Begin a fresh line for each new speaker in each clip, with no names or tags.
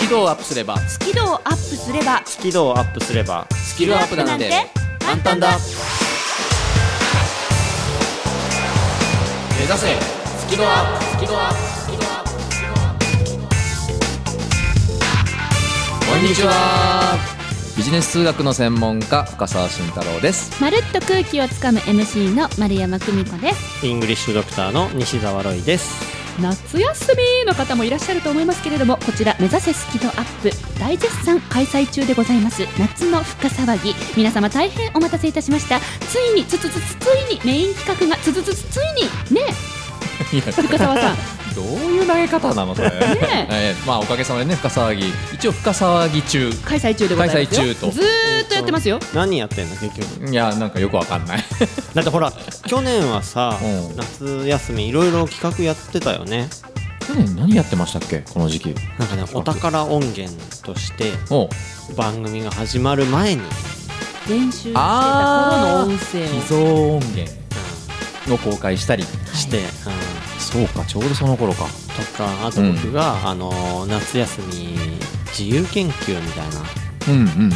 キ度をアップすれば
スキルをアップすれば
スキルをアップすれば
スキルアップなんて簡単だ目指せスキルアップスキルアップスキルアップスキルアップこんにちはビジネス数学の専門家深澤慎太郎です
まるっと空気をつかむ MC の丸山久美子です
イングリッシュドクターの西澤ロイです
夏休みの方もいらっしゃると思いますけれどもこちら目指せスキドアップ大絶賛開催中でございます夏の深騒ぎ皆様大変お待たせいたしましたついにつつつつついにメイン企画がつつつつついにね
いや
深澤さん
どういう投げ 方なのそれ、
ね
えーまあおかげさまでね深騒ぎ一応深騒ぎ中
開催中でございますよ
開催中と
ずーっとやってますよ
何やってんの結局
いやなんかよくわかんない
だってほら去年はさ、
うん
夏休みいろいろ企画やってたよね
去年何やってましたっけこの時期
なんかねお宝音源として
おう
番組が始まる前に
練習してた頃の音声を
秘蔵音源を公開したり
して、
そうかちょうどその頃か
うんとかあと僕が、あのー夏休み自由研究みたいな
うんうんうんうん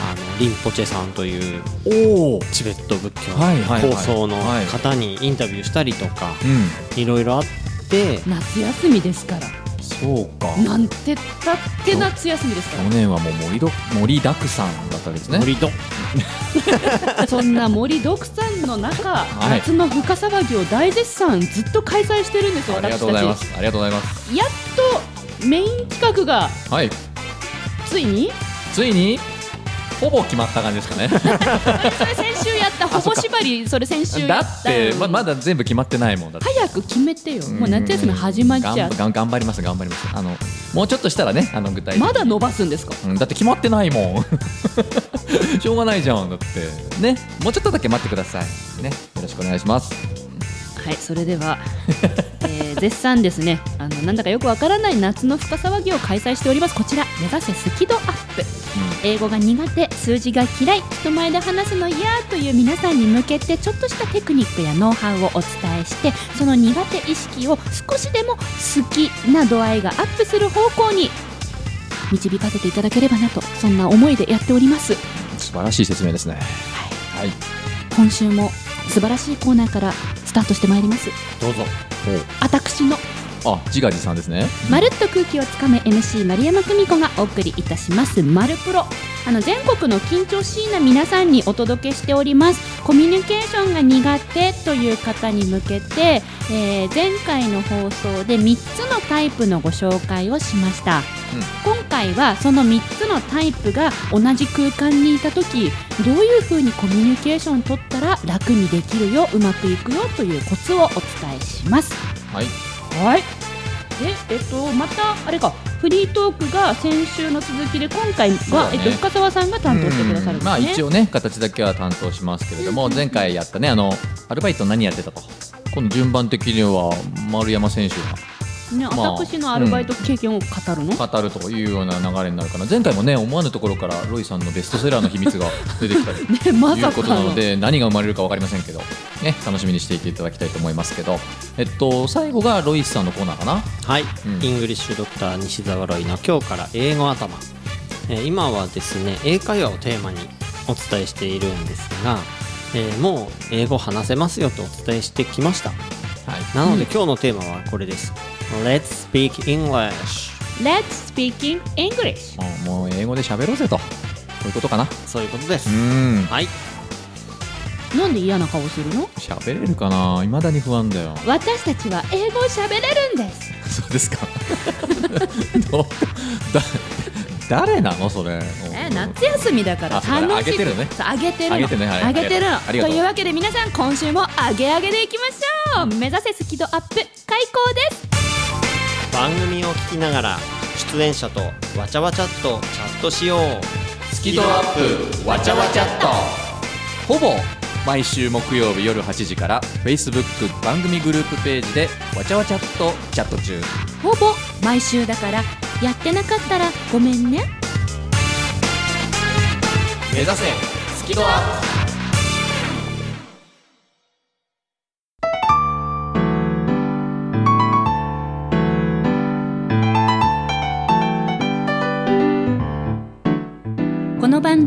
あのリンポチェさんという
うんおお
チベット仏教
はいはいはい
構想の方にインタビューしたりとか、
うん
いろいろあって
夏休みですから
そうか
なんてったって夏休みですか
去年はもう盛りど盛りだくさんだったわけですね
盛りど
らそんな森独さんの中、
はい
夏の深騒ぎを大絶賛ずっと開催してるんですよ
ありが
私
とうござい
た
ま
ち
すありがとうございます
やっとメイン企画が
はい
つい に
ついにほぼ決まった感じですかね
それ先週やったほぼ縛りそれ先週や
だ
っ
ったてままだ全部決まってないもんだって
早く決めてよもう夏休み始まっちゃう
うん頑張頑張ります頑張りますあのもうちょっとしたらねあの具体的に
まだ伸ばすんですか
うんだって決まってないもん しょうがないじゃんだってねもうちょっとだけ待ってくださいねよろしくお願いします
はい、それ では、えー絶賛ですねあのなんだかよくわからない夏の深騒ぎを開催しておりますこちら目指せスキドアップ英語が苦手数字が嫌い人前で話すの嫌という皆さんに向けてちょっとしたテクニックやノウハウをお伝えしてその苦手意識を少しでも好きな度合いがアップする方向に導かせていただければなとそんな思いでやっております
素晴らしい説明ですねはい
今週も素晴らしいコーナーからスタートしてまいります
どうぞ
私の
あ自画自賛ですね
まるっと空気をつかむ MC 丸山久美子がお送りいたします「まるプロ」あの全国の緊張しいな皆さんにお届けしておりますコミュニケーションが苦手という方に向けて、えー前回の放送で3つのタイプのご紹介をしました、今回はその3つのタイプが同じ空間にいた時どういうふうにコミュニケーション取ったら楽にできるようまくいくよというコツをお伝えします
はい
はい。で、えっと、また、あれか、フリートークが先週の続きで、今回
そう
は、
だね
えっと、深澤さんが担当してくださるんですね。
うんまあ一応ね形だけは担当しますけれども前回やったねあのアルバイト何やってたとこの順番的には丸山選手
ね、
まあ
私のアルバイト経験を語るの。
が語るというような流れになるかな前回もね思わぬところからロイさんのベストセラーの秘密が 出てきたり
ね、ま
とい
さ
う
か
ことな
の
の。で何が生まれるか分かりませんけど、ね、楽しみにしていていただきたいと思いますけど、えっと、最後がロイスさんのコーナーかな
はい、
うん
イングリッシュドクター西澤ロイの今日から英語頭、えー今はですね英会話をテーマにお伝えしているんですが、えーもう英語話せますよとお伝えしてきました
はい
なので、今日のテーマはこれです Let's speak English
Let's speaking English。
もうもう英語で喋ろうぜとこういうことかな
そういうことです、
うん
はい
なんで嫌な顔するの。
喋れるかないまだに不安だよ
私たちは英語を喋れるんです。
そうですか どう だ誰なのそれ
ね、夏休みだから
あそうだね
楽しく
上げてるね
そう上げてるの
上げてねはい
上げてるの
ありがとう
というわけで皆さん今週も上げ上げでいきましょう目指せスキドアップ開講です
番組を聞きながら出演者とわちゃわちゃっとチャットしよう
スキドアップわちゃわちゃっとほぼ毎週木曜日夜8時から Facebook 番組グループページでわちゃわちゃっとチャット中
ほぼ毎週だからやってなかったらごめんね
目指せスキドアップ
の番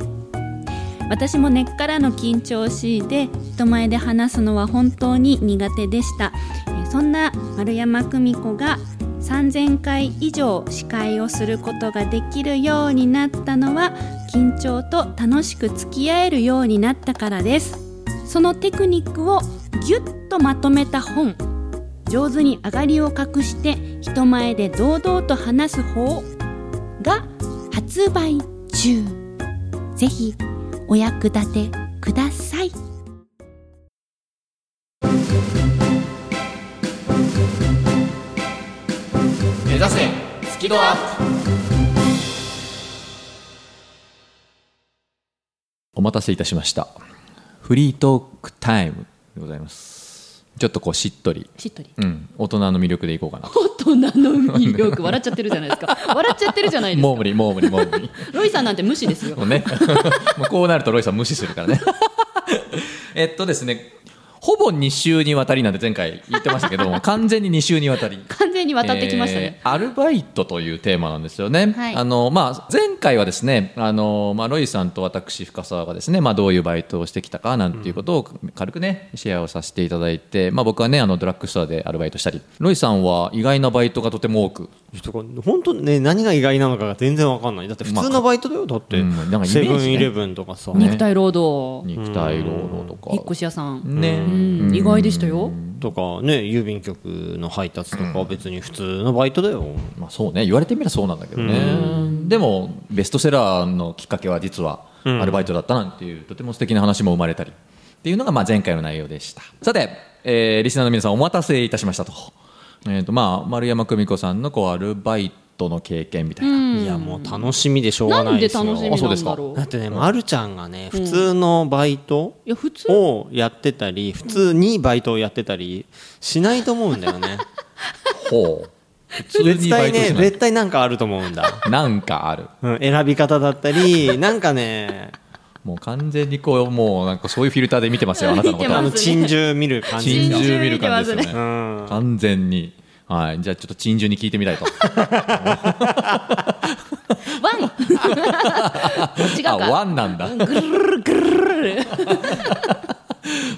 私も根っからの緊張しいで人前で話すのは本当に苦手でしたえーそんな丸山久美子が3000回以上司会をすることができるようになったのは緊張と楽しく付き合えるようになったからですそのテクニックをぎゅっとまとめた本上手に上がりを隠して人前で堂々と話す方が発売中ぜひお役立てください
目指せスキドアップお待たせいたしましたフリートークタイムでございますちょっとこうしっとり、
しっとり。
うん、大人の魅力でいこうかなと
大人の魅力、笑っちゃってるじゃないですか。 笑っちゃってるじゃないです
もう
か。
無理もう無理もう無理
ロイさんなんて無視ですよ
も。うね もうこうなるとロイさん無視するからね えっとですねほぼ2週にわたりなんて前回言ってましたけども完全に2週にわたり
完全に渡ってきましたね。
えーアルバイトというテーマなんですよね。
はい
あのまあ前回はですね、あのまあロイさんと私深澤がですね、まあどういうバイトをしてきたかなんていうことを軽くねシェアをさせていただいて、まあ僕はねあのドラッグストアでアルバイトしたり、ロイさんは意外なバイトがとても多く、
ちょっとこれ本当ね何が意外なのかが全然わかんないだって普通のバイトだよだって
うんなんかイメージ
セ
ね
ブンイレブンとかさ、
ね
肉体労働、
肉体労働とか。
引っ越し屋さん。
ね、
うん、意外でしたよ。
とかね郵便局の配達とかは別に普通のバイトだよ、
まあそうね言われてみればそうなんだけどねでもベストセラーのきっかけは実は
うん
アルバイトだったなんていうとても素敵な話も生まれたりっていうのがまあ前回の内容でしたさて、えーリスナーの皆さんお待たせいたしましたと,、えーとまあ、丸山久美子さんのこうアルバイトの経験みたいな、
いやもう楽しみでしょうがな
な
んい
で
ですよ
楽しみ
あそう
な
で
ん
すか
だろう
だ。ってね、まるちゃんがね普通のバイト
いや、普通。
をやってたり普通にバイトをやってたりしないと思うんだよね
ほう 普通
絶
にバイ
対
トし
ね
ない
絶対なんかあると思うんだ、
なんかある
うん、選び方だったりなんかね
もう完全にこうもうなんかそういうフィルターで見てますよあなたのこ
見
と
て
あ
は
ま
の珍獣見る感じ
珍
珍
が
獣見る
獣見る
感
感
じで
じですす
よ
よ
ね
う、ん
完全にはいじゃあちょっと珍獣に聞いてみたいと
ワン。違う
あ、
か。
ワンなんだ。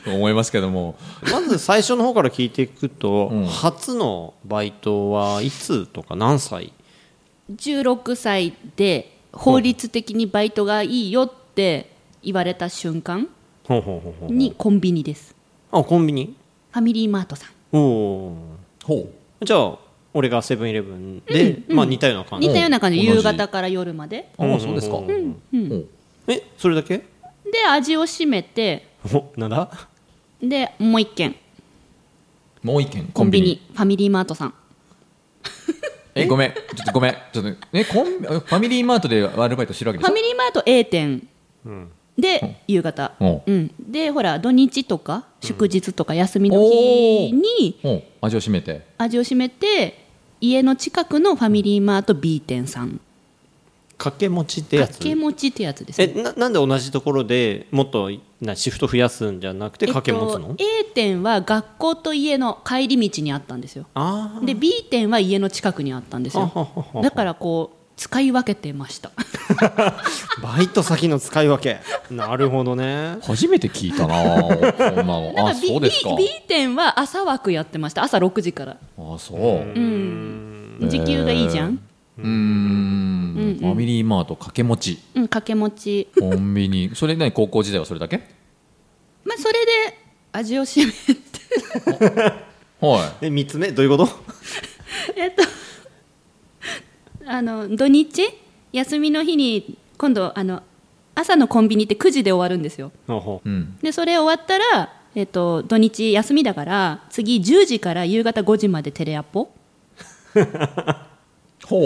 と思いますけども。
まず最初の方から聞いていくと、
うん
初のバイトはいつとか何歳
十六歳で法律的にバイトがいいよって言われた瞬間
ほうほうほうほう
にコンビニです。
あコンビニ
ファミリーマートさん。
おお
ほ
じゃあ俺がセブンイレブンで、まあ似たような感じ
似たような感じ
同じ
夕方から夜まで
う。あ、そうですか。ほ
うん
う
えそれだけ
で味をしめて
おなんだ
でもう一軒
もう一軒
コンビニ。ファミリーマートさん
え、ごめん。ちょっとごめん。ちょっと、え、コンビ、ファミリーマートでアルバイトしてるわけ
ファ
でし
ミリーマート A 店で、夕方、
うん
うん、でほら土日とか祝日とか休みの日に
ょ。ほう味を占めて。
味をしめて家の近くのファミリーマート B 店さん
掛け持ちってやつ
掛け持ちってやつです
え
ね
ななんで同じところでもっとなシフト増やすんじゃなくて掛け持つの、
えっと、A 店は学校と家の帰り道にあったんですよ
あ
で B 店は家の近くにあったんです
あ
よ
ははは
だからこう使い分けてました
バイト先の使い分けなるほどね
初めて聞いた なこんなの
な
あ、
んか B,
そうですか
B。B 店は朝枠やってました朝6時から
あ、そう。
うん時給がいいじゃん、
うーん。ファミリーマート掛け持ち。
うん掛け持ち
コンビニ。それね、高校時代はそれだけ
まあそれで味を占めて
は
え3つ目どういうこと
えっとあの土日休みの日に今度あの朝のコンビニって9時で終わるんですよ
ほうほ
い。うん。
でそれ終わったら、えっと土日休みだから次10時から夕方5時までテレアポ
ほ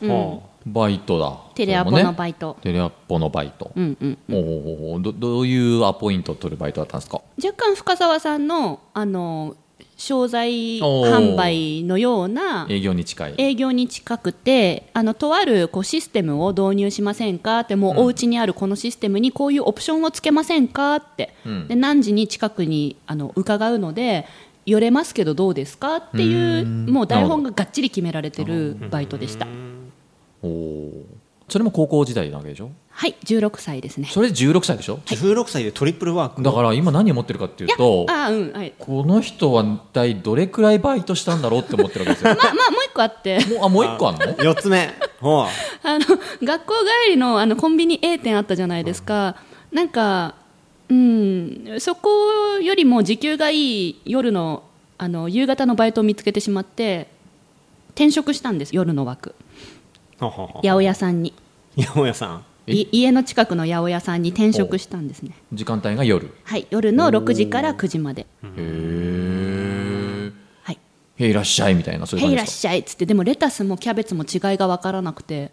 う。
うほ
バイトだ。
テレアポ
それも
の
ね
バイト、
テレアポのバイト。
うんうん
おおどどういうアポイントを取るバイトだったんですか
若干深澤さんのあの商材
おー
販売のような
営業に近い
営業に近くてあのとあるこうシステムを導入しませんかってもうお家にあるこのシステムにこういうオプションをつけませんかって、
うん
で何時に近くにあの伺うので寄れますけどどうですかっていうもう台本ががっちり決められてるバイトでした
おおそれも高校時代なわけでしょ
はい16歳ですね
それ16歳でしょ
う16歳でトリプルワーク
だから今何を持ってるかっていうと
ああうんはい
この人は一体どれくらいバイトしたんだろうって思ってるわけですよ
まあまあもう一個あって
もうあもう一個あんの
4つ目ほ
あの学校帰りのあのコンビニ A 店あったじゃないですか、なんか、うん、そこよりも時給がいい夜のあの夕方のバイトを見つけてしまって転職したんです夜の枠
うほうほうほう
八百屋さんに
八百屋さん
え
い家の近くの八百屋さんに転職したんですね
時間帯が夜へ
はい夜の6時から9時まで
え
はい
へいらっしゃいみたいな
「
そういう
へいい
感じ
らっ
です
しゃい」っつってでもレタスもキャベツも違いが分からなくて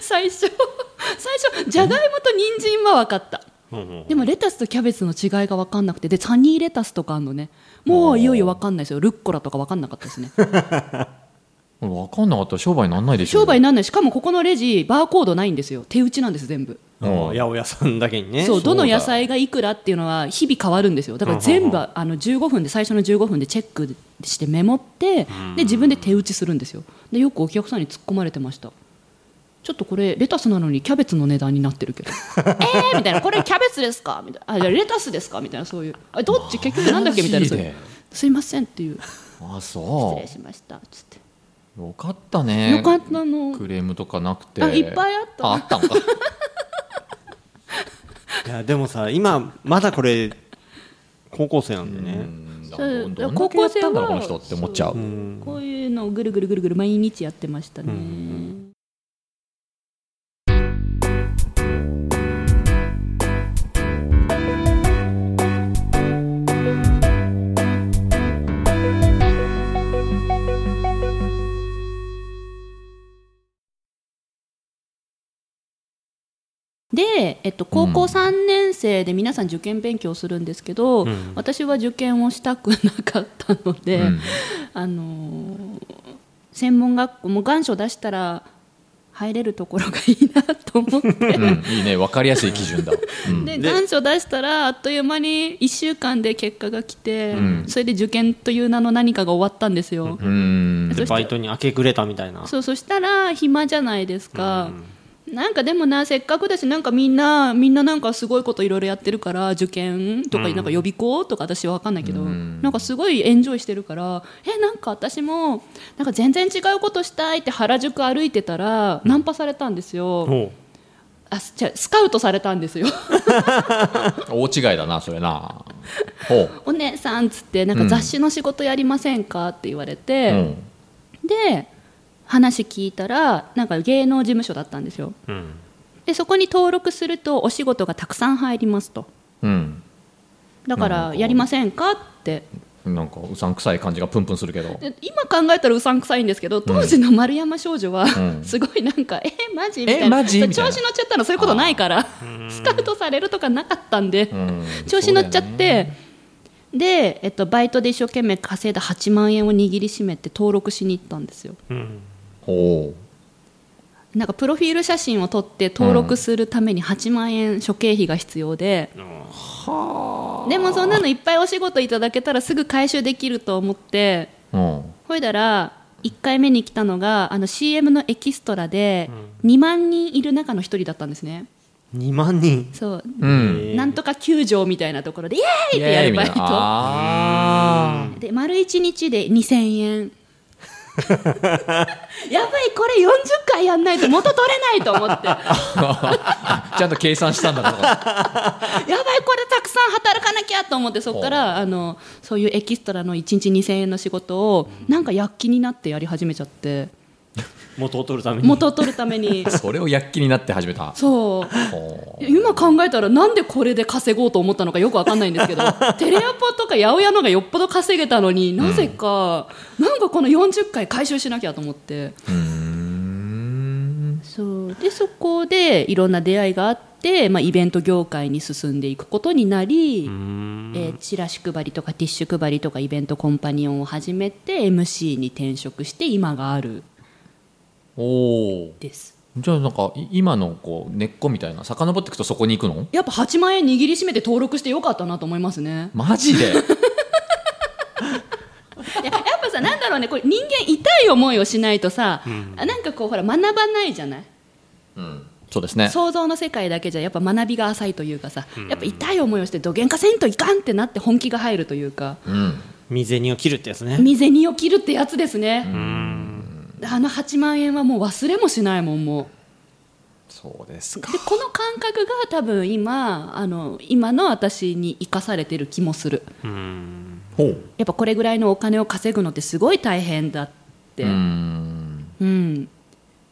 最初最初じゃがいもと人参は分かった
ほうほう
でもレタスとキャベツの違いが分かんなくてでサニーレタスとかあるのねもういよいよ分かんないですよルッコラとか分かんなかったですね
か分かんなかったら商売になんないでしょ
商売になんないしかもここのレジバーコードないんですよ手打ちなんです全部
ほう八百屋さんだけにね
そう
そ
ど
うだ
の野菜がいくらっていうのは日々変わるんですよだから全部あの15分で最初の15分でチェックしてメモってで自分で手打ちするんですよでよくお客さんに突っ込まれてましたちょっとこれレタスなのにキャベツの値段になって るけどえーみたいなこれキャベツですかみたいなあじゃあレタスですかみたいなそういうあどっち結局なんだっけみたいな
マジ
そう
で
いうすいませんっていう
あ
失
そ
礼しましたつって
うよかったね
よかったの
クレームとかなくて
あいっぱいあった
ああったのか
いやでもさ今まだこれ高校生なんで
う
ね
ん
そう
どんだけやったんだろうこの人って思っちゃう
う
うん
ん
こういうのをぐるぐるぐるぐる毎日やってましたね、
うん
で、えっと、高校3年生で皆さん受験勉強するんですけど、
ん
私は受験をしたくなかったので、
うん
あのー専門学校もう願書出したら入れるところがいいなと思って、
うんいいね分かりやすい基準 だうん
で
で
願書出したらあっという間に1週間で結果が来て、
うん
それで受験という名の何かが終わったんですよ。
うん
そ
で
して
バイトに明け暮れたみたいな
そうそしたら暇じゃないですか、なんかでもなせっかくだしなんかみんなみんななんかすごいこといろいろやってるから受験とかなんか予備校とか私は分かんないけど、
ん
なんかすごいエンジョイしてるからえなんか私もなんか全然違うことしたいって原宿歩いてたらナンパされたんですよ、
ほ
あすじゃあスカウトされたんですよ
大違いだなそれなほう
お姉さんっつってなんか雑誌の仕事やりませんかって言われ
う
て、
ん
で話聞いたらなんか芸能事務所だったんですよ
ううん
でそこに登録するとお仕事がたくさん入りますと
うん
だか
う
ら
ん
やりませんかって
なんかうさんくさい感じがプンプンするけど
で今考えたらうさんくさいんですけど当時の丸山少女は、
うん
すごいなんか「えマジ?」みたいな
マジみたいな
調子乗っちゃったのそういうことないからスカウトされるとかなかったんで、
うん
調子乗っちゃっ
そうだよね
て、で、えっと、バイトで一生懸命稼いだ8万円を握りしめて登録しに行ったんですよ
うん
ほ
なんかプロフィール写真を撮って登録するために8万円諸経費が必要で、でもそんなのいっぱいお仕事いただけたらすぐ回収できると思って
ううん
ほいだら1回目に来たのがあの CM のエキストラで2万人いる中の1人だったんですね
2万人
そう、
うん
えー
なんとか球場みたいなところでイエーイってやるバイ
イエーみたいな
ト
あ
で丸1日で2000円やばいこれ40回やんないと元取れないと思って
ーちゃんと計算したんだから
やばいこれたくさやと思ってそこからあのそういうエキストラの1日2000円の仕事をなんか躍起になってやり始めちゃって
元を取るために
元を取るために
それを躍起になって始めた。
そう
ほう
今考えたらなんでこれで稼ごうと思ったのかよくわかんないんですけどテレアポとか八百屋のがよっぽど稼げたのになぜか、なんかこの40回回収しなきゃと思って
うーん
そうでそこでいろんな出会いがあって、まあ、イベント業界に進んでいくことになり、
うーん
えーチラシ配りとかティッシュ配りとかイベントコンパニオンを始めて MC に転職して今がある
おお。
です
じゃあなんかい今のこう根っこみたいな遡っていくとそこに行くの？
やっぱ8万円握りしめて登録してよかったなと思いますね
マジで。
いややっぱさなんだろうねこれ人間痛い思いをしないとさ、
ん
あなんかこうほら学ばないじゃない
うん。そうですね。
想像の世界だけじゃやっぱ学びが浅いというかさ、やっぱ痛い思いをしてどげんかせんといかんってなって本気が入るというか
うん。
未銭を切るってやつね
身銭を切るってやつですね、
うーん
あの8万円はもう忘れもしないもんもう。
そうですか。
でこの感覚が多分今あの今の私に生かされてる気もする
うーん
ほう。
やっぱこれぐらいのお金を稼ぐのってすごい大変だって、
うーん。
うん、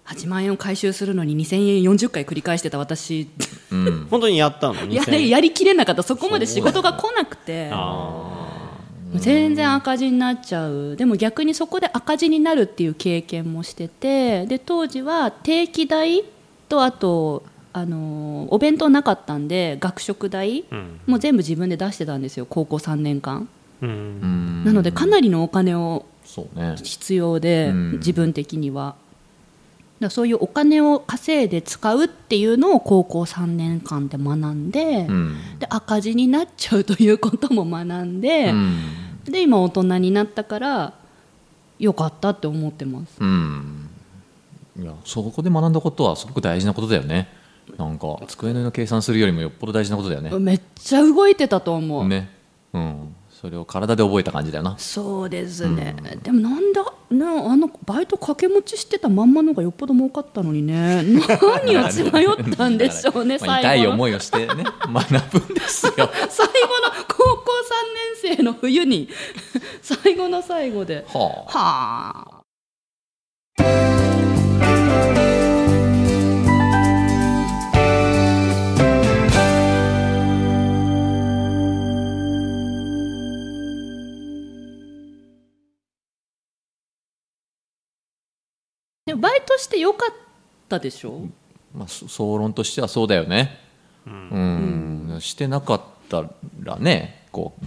8万円を回収するのに2000円40回繰り返してた私
うん。
本当にやったの2000
いやでやりきれなかったそこまで仕事が来なくて
あ
全然赤字になっちゃうでも逆にそこで赤字になるっていう経験もしててで当時は定期代とあとあのお弁当なかったんで学食代
ーうん
もう全部自分で出してたんですよ高校3年間、
う
うんん
なのでかなりのお金を
そうね。
必要で、
うん
自分的にはだからそういうお金を稼いで使うっていうのを高校3年間で学んで,、
うん。
で赤字になっちゃうということも学んで、
うん
で今大人になったからよかったって思ってます
うん。いやそこで学んだことはすごく大事なことだよね。なんか机の上の計算するよりもよっぽど大事なことだよね。
めっちゃ動いてたと思う、
ね。うん。それを体で覚えた感じだよな。
そうですね、でもなんだ、ね、あのバイト掛け持ちしてたまんまのがよっぽど儲かったのに ね何を血迷ったんでしょうね最後
まあ
の
痛い思いをしてね学ぶんです よ。
最後の高校3年生の冬に 最後の最後で
はあ。
はあでもバイトしてよかったでしょ、
まあそ総論としてはそうだよね。うん。してなかったらね、こう。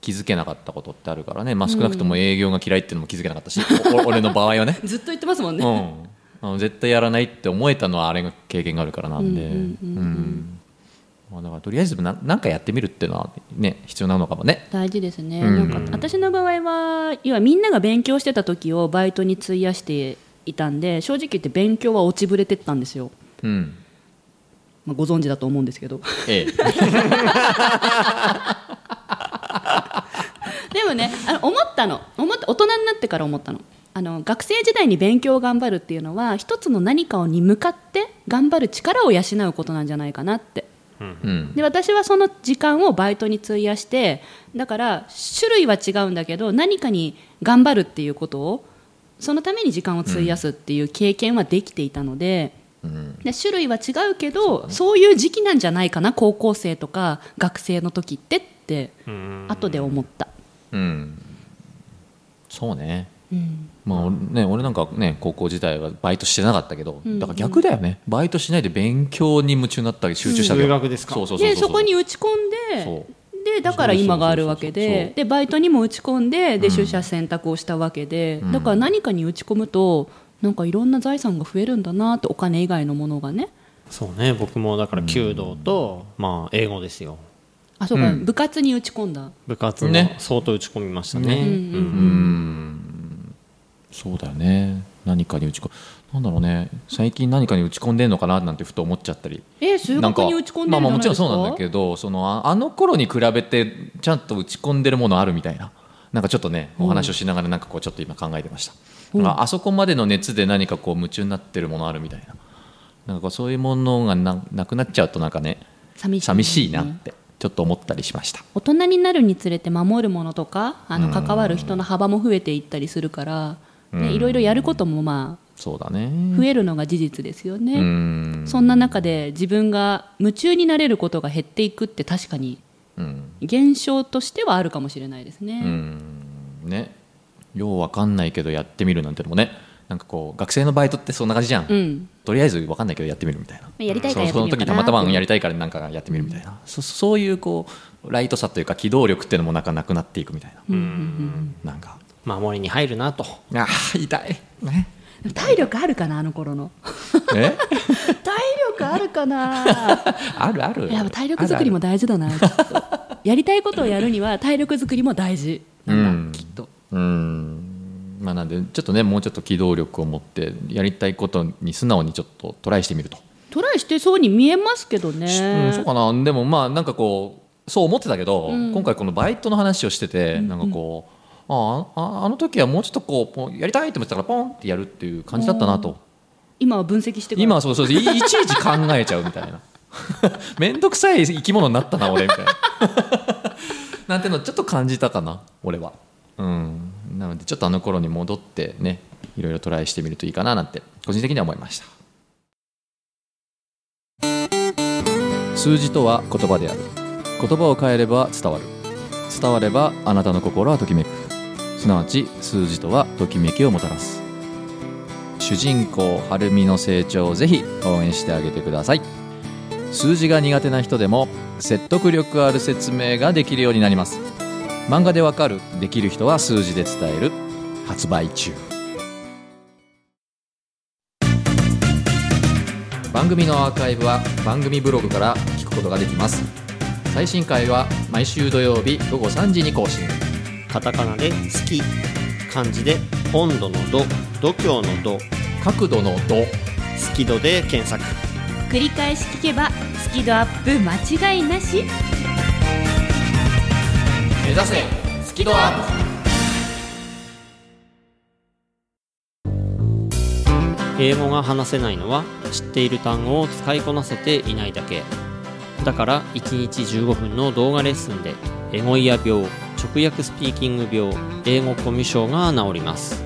気づけなかったことってあるからね、まあ、少なくとも営業が嫌いっていうのも気づけなかったし、おお俺の場合は ね
ずっと言ってますもん
う
ね、
ん、あの絶対やらないって思えたのはあれが経験があるからなんで、
う
うんん
うんうんうん
まあ、だからとりあえずな何かやってみるっていうのは、ね、必要なのかもね。
大事ですね、
うん
なんか私の場合は要はみんなが勉強してた時をバイトに費やしていたんで正直言って勉強は落ちぶれてったんですよ、
うん
まあ、ご存知だと思うんです けど
ええ、
でもねあの思ったの思った大人になってから思ったのあの学生時代に勉強を頑張るっていうのは一つの何かに向かって頑張る力を養うことなんじゃないかなって
うん
で私はその時間をバイトに費やしてだから種類は違うんだけど何かに頑張るっていうことをそのために時間を費やすっていう経験はできていたので,、
うん
で種類は違うけどそういう時期なんじゃないかな高校生とか学生の時ってって
うん
後で思った、
うん、そうね、
うん
まあ俺ね、俺なんか、ね、高校時代はバイトしてなかったけど、
うん
だから逆だよねバイトしないで勉強に夢中になったり集中したわけ
うん
よ
留学ですか
そうそうそう
で
う
そこに打ち込ん
そ
ででだから今があるわけ
そうそうそう
で
そう
でバイトにも打ち込んでで
うん
取捨選択をしたわけで、
うん
だから何かに打ち込むとなんかいろんな財産が増えるんだなってお金以外のものがね
そうね僕もだから弓道と、まあ英語ですよ
あそうか、
うん
部活に打ち込んだ
部活も
ね
相当打ち込みましたね
ね
うん
うーんそうだよね何かに打ち込なんだろうね最近何かに打ち込んでんのかななんてふと思っちゃったり
えー数学に打ち込んでるんじ
ま
ゃ
あまあ
な
も
い
ち
で
ろん
すか
そうなんだけどそのああの頃に比べてちゃんと打ち込んでるものあるみたいななんかちょっとねお話をしながらなんかこうちょっと今考えてました、
うん
ああそこまでの熱で何かこう夢中になってるものあるみたいななんかこうそういうものがななくなっちゃうとなんかね
寂しい
寂しいなっ
ね
てちょっと思ったりしました
大人になるにつれて守るものとかあ
う
の
ん
関わる人の幅も増えていったりするから、
うん
ね、いろいろやることもま
そうだね
あ増えるのが事実ですよ
う
ね、
ん
そんな中で自分が夢中になれることが減っていくって確かに
うん
現象としてはあるかもしれないですね、
うんねようわかんないけどやってみるなんてのもねなんかこう学生のバイトってそんな感じじゃん、
うん
とりあえずわかんないけどやってみるみたいな
やりたいから
そう
やって
そ
みよ
の
うか
時
な
たまたまやりたいからなんかやってみるみたいな、そそういうこうライトさというか機動力っていうのもなんかなくなっていくみたいな、なんか
守りに入るなと
あー痛いね
体力あるかなあの頃の
え
体力あるかな
あるある
いや体力作りも
ある
大事だなきっとやりたいことをやるには体力作りも大事なんだ、
うん
きっと
あるうんまあなんでちょっとねもうちょっと機動力を持ってやりたいことに素直にちょっとトライしてみると、
トライしてそうに見えますけどね、
うん、そうかなでもまあなんかこうそう思ってたけど、今回このバイトの話をしてて、なんかこうあーああの時はもうちょっとこうポンやりたいと思ってたからポンってやるっていう感じだったなと
今は分析してから
今はそうそうそういいちいち考えちゃうみたいな めんどくさい生き物になったな俺みたいななんてのちょっと感じたかな俺はうんなのでちょっとあの頃に戻ってねいろいろトライしてみるといいかななんて個人的には思いました数字とは言葉である言葉を変えれば伝わる伝わればあなたの心はときめくすなわち数字とはときめきをもたらす主人公晴海の成長をぜひ応援してあげてください数字が苦手な人でも説得力ある説明ができるようになります漫画でわかるできる人は数字で伝える発売中番組のアーカイブは番組ブログから聞くことができます最新回は毎週土曜日午後3時に更新
カタカナで「好き」漢字で「温度の度」「度胸の度」
角度の度
「好き度」で検索
繰り返し聞けばスキドアップ間違いなし
目指せスキドアップ
英語が話せないのは知っている単語を使いこなせていないだけだから1日15分の動画レッスンでエゴイヤ病直訳スピーキング病英語コミュ障が治ります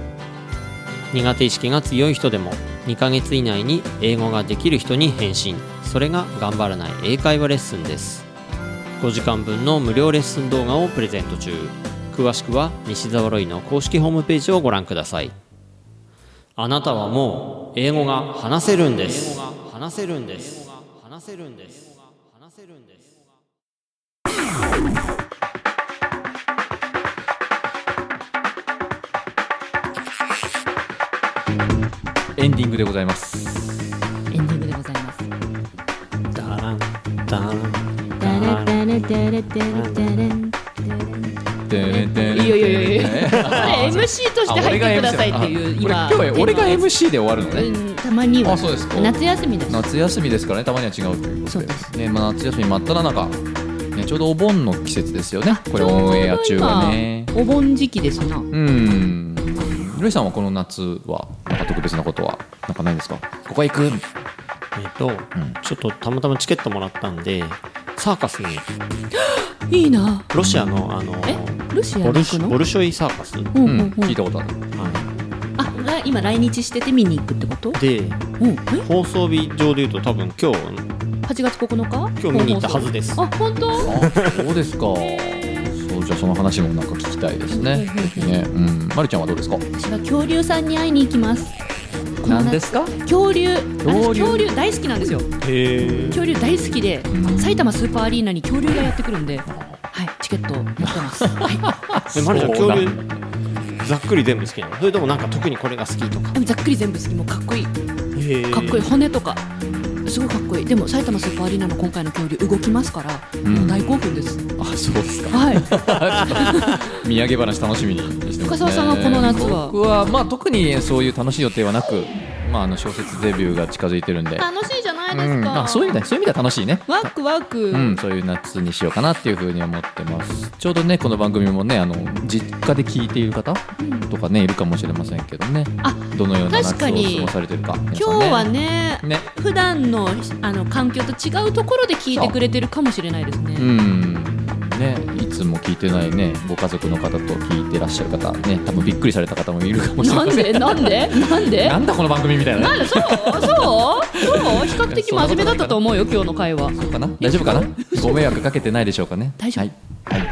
苦手意識が強い人でも2ヶ月以内に英語ができる人に返信それが頑張らない英会話レッスンです5時間分の無料レッスン動画をプレゼント中詳しくは西澤ロイの公式ホームページをご覧くださいあなたはもう英語が話せるんです。話せるんです。話せるんです。話せるんです。
エンディングでございます
エンディングでございます
ダランダラン
ダ
ダラ
ラ
ン。
ダラダラダラダラン
いや
いやいやいやいやこ
や
れ MC として入ってくださいっていう今
今日俺が
テーマです
MC で終わるのね
うんたまには
あそうですか
夏休みだし
夏休みですからねたまには違うというこ
そ
と
う
で
です
ねまあ夏休み真っ只中ねちょうどお盆の季節ですよねこれ
ちょうど
オンエア中はね
今お盆時期ですな
うんルイさんはこの夏はなんか特別なことはなんかないんですかここへ行く
えっと、ちょっとたまたまチケットもらったんで、サーカスに、
いいな
ロシアの、あの、
えロシア
ボル
に行く
シ
の
ボルショイサーカス。
う
う
ん
うんんう
聞い
ん
たことある
は
あが今来日してて見に行くってこと
いで、
うんえ
放送日上で言うと多分今日、
8月9日
今日見に行ったはずです
あ本当
あそうですかそうじゃあその話もなんか聞きたいですねぜひねうんまるちゃんはどうですか
私は恐竜さんに会いに行きますこの夏
何ですか
恐竜
恐
私
竜
恐竜大好きなんですよ
へ
恐竜大好きで
ん
埼玉スーパーアリーナに恐竜がやってくるんではいチケット持って ます、は
え、まるちゃん
そう
恐
だ
竜、ざっくり全部好きなのそれともなんか特にこれが好きとか
い、。でもざっくり全部好きもうかっこいいか
へえ
っこいい骨とかすごいかっこいいでも埼玉スーパーアリーナの今回の恐竜動きますから、
ん
もう大興奮です
あそうですか
はい
土産話楽しみにしてます、ね、
深澤さんはこの夏は
僕はまあ特にそういう楽しい予定はなくまあ、あの小説デビューが近づいてるんで、
楽しいじゃないで
う
す
ん、
か、
あそういう意味でそういう意味では楽しいね
ワークワーク、
うん、そういう夏にしようかなっていうふうに思ってますちょうどねこの番組もねあの実家で聞いている方とかねいるかもしれませんけどね
あ
どのような夏
確か
を
に
過ごされてるか皆さん
今日はね
ね
普段のあの環境と違うところで聞いてくれてるかもしれないですね、
うんねいつも聞いてないねご家族の方と聞いてらっしゃる方ね多分びっくりされた方もいるかもしれ
な
ま
ん
せん
でなんでなんで
なんだこの番組みたいなね
なんでそうそうそう比較的真面目だったと思うよ今日の会話
そうかな大丈夫かなご迷惑かけてないでしょうかね
大丈夫
はい、はい、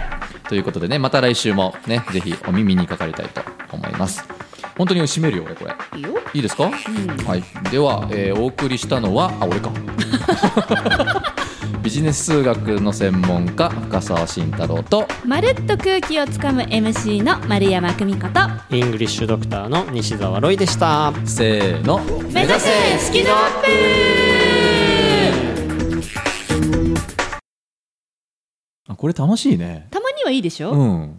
ということでねまた来週もねぜひお耳にかかりたいと思います本当に締めるよ俺これ
いいよ
いいですか、はい、では、えーお送りしたのはあ俺か ビジネス数学の専門家深澤慎太郎と
まるっと空気をつかむ MC の丸山久美子と
イングリッシュドクターの西澤ロイでした
せーの
目指せスキルアップ
あこれ楽しいね
たまにはいいでしょ、
うん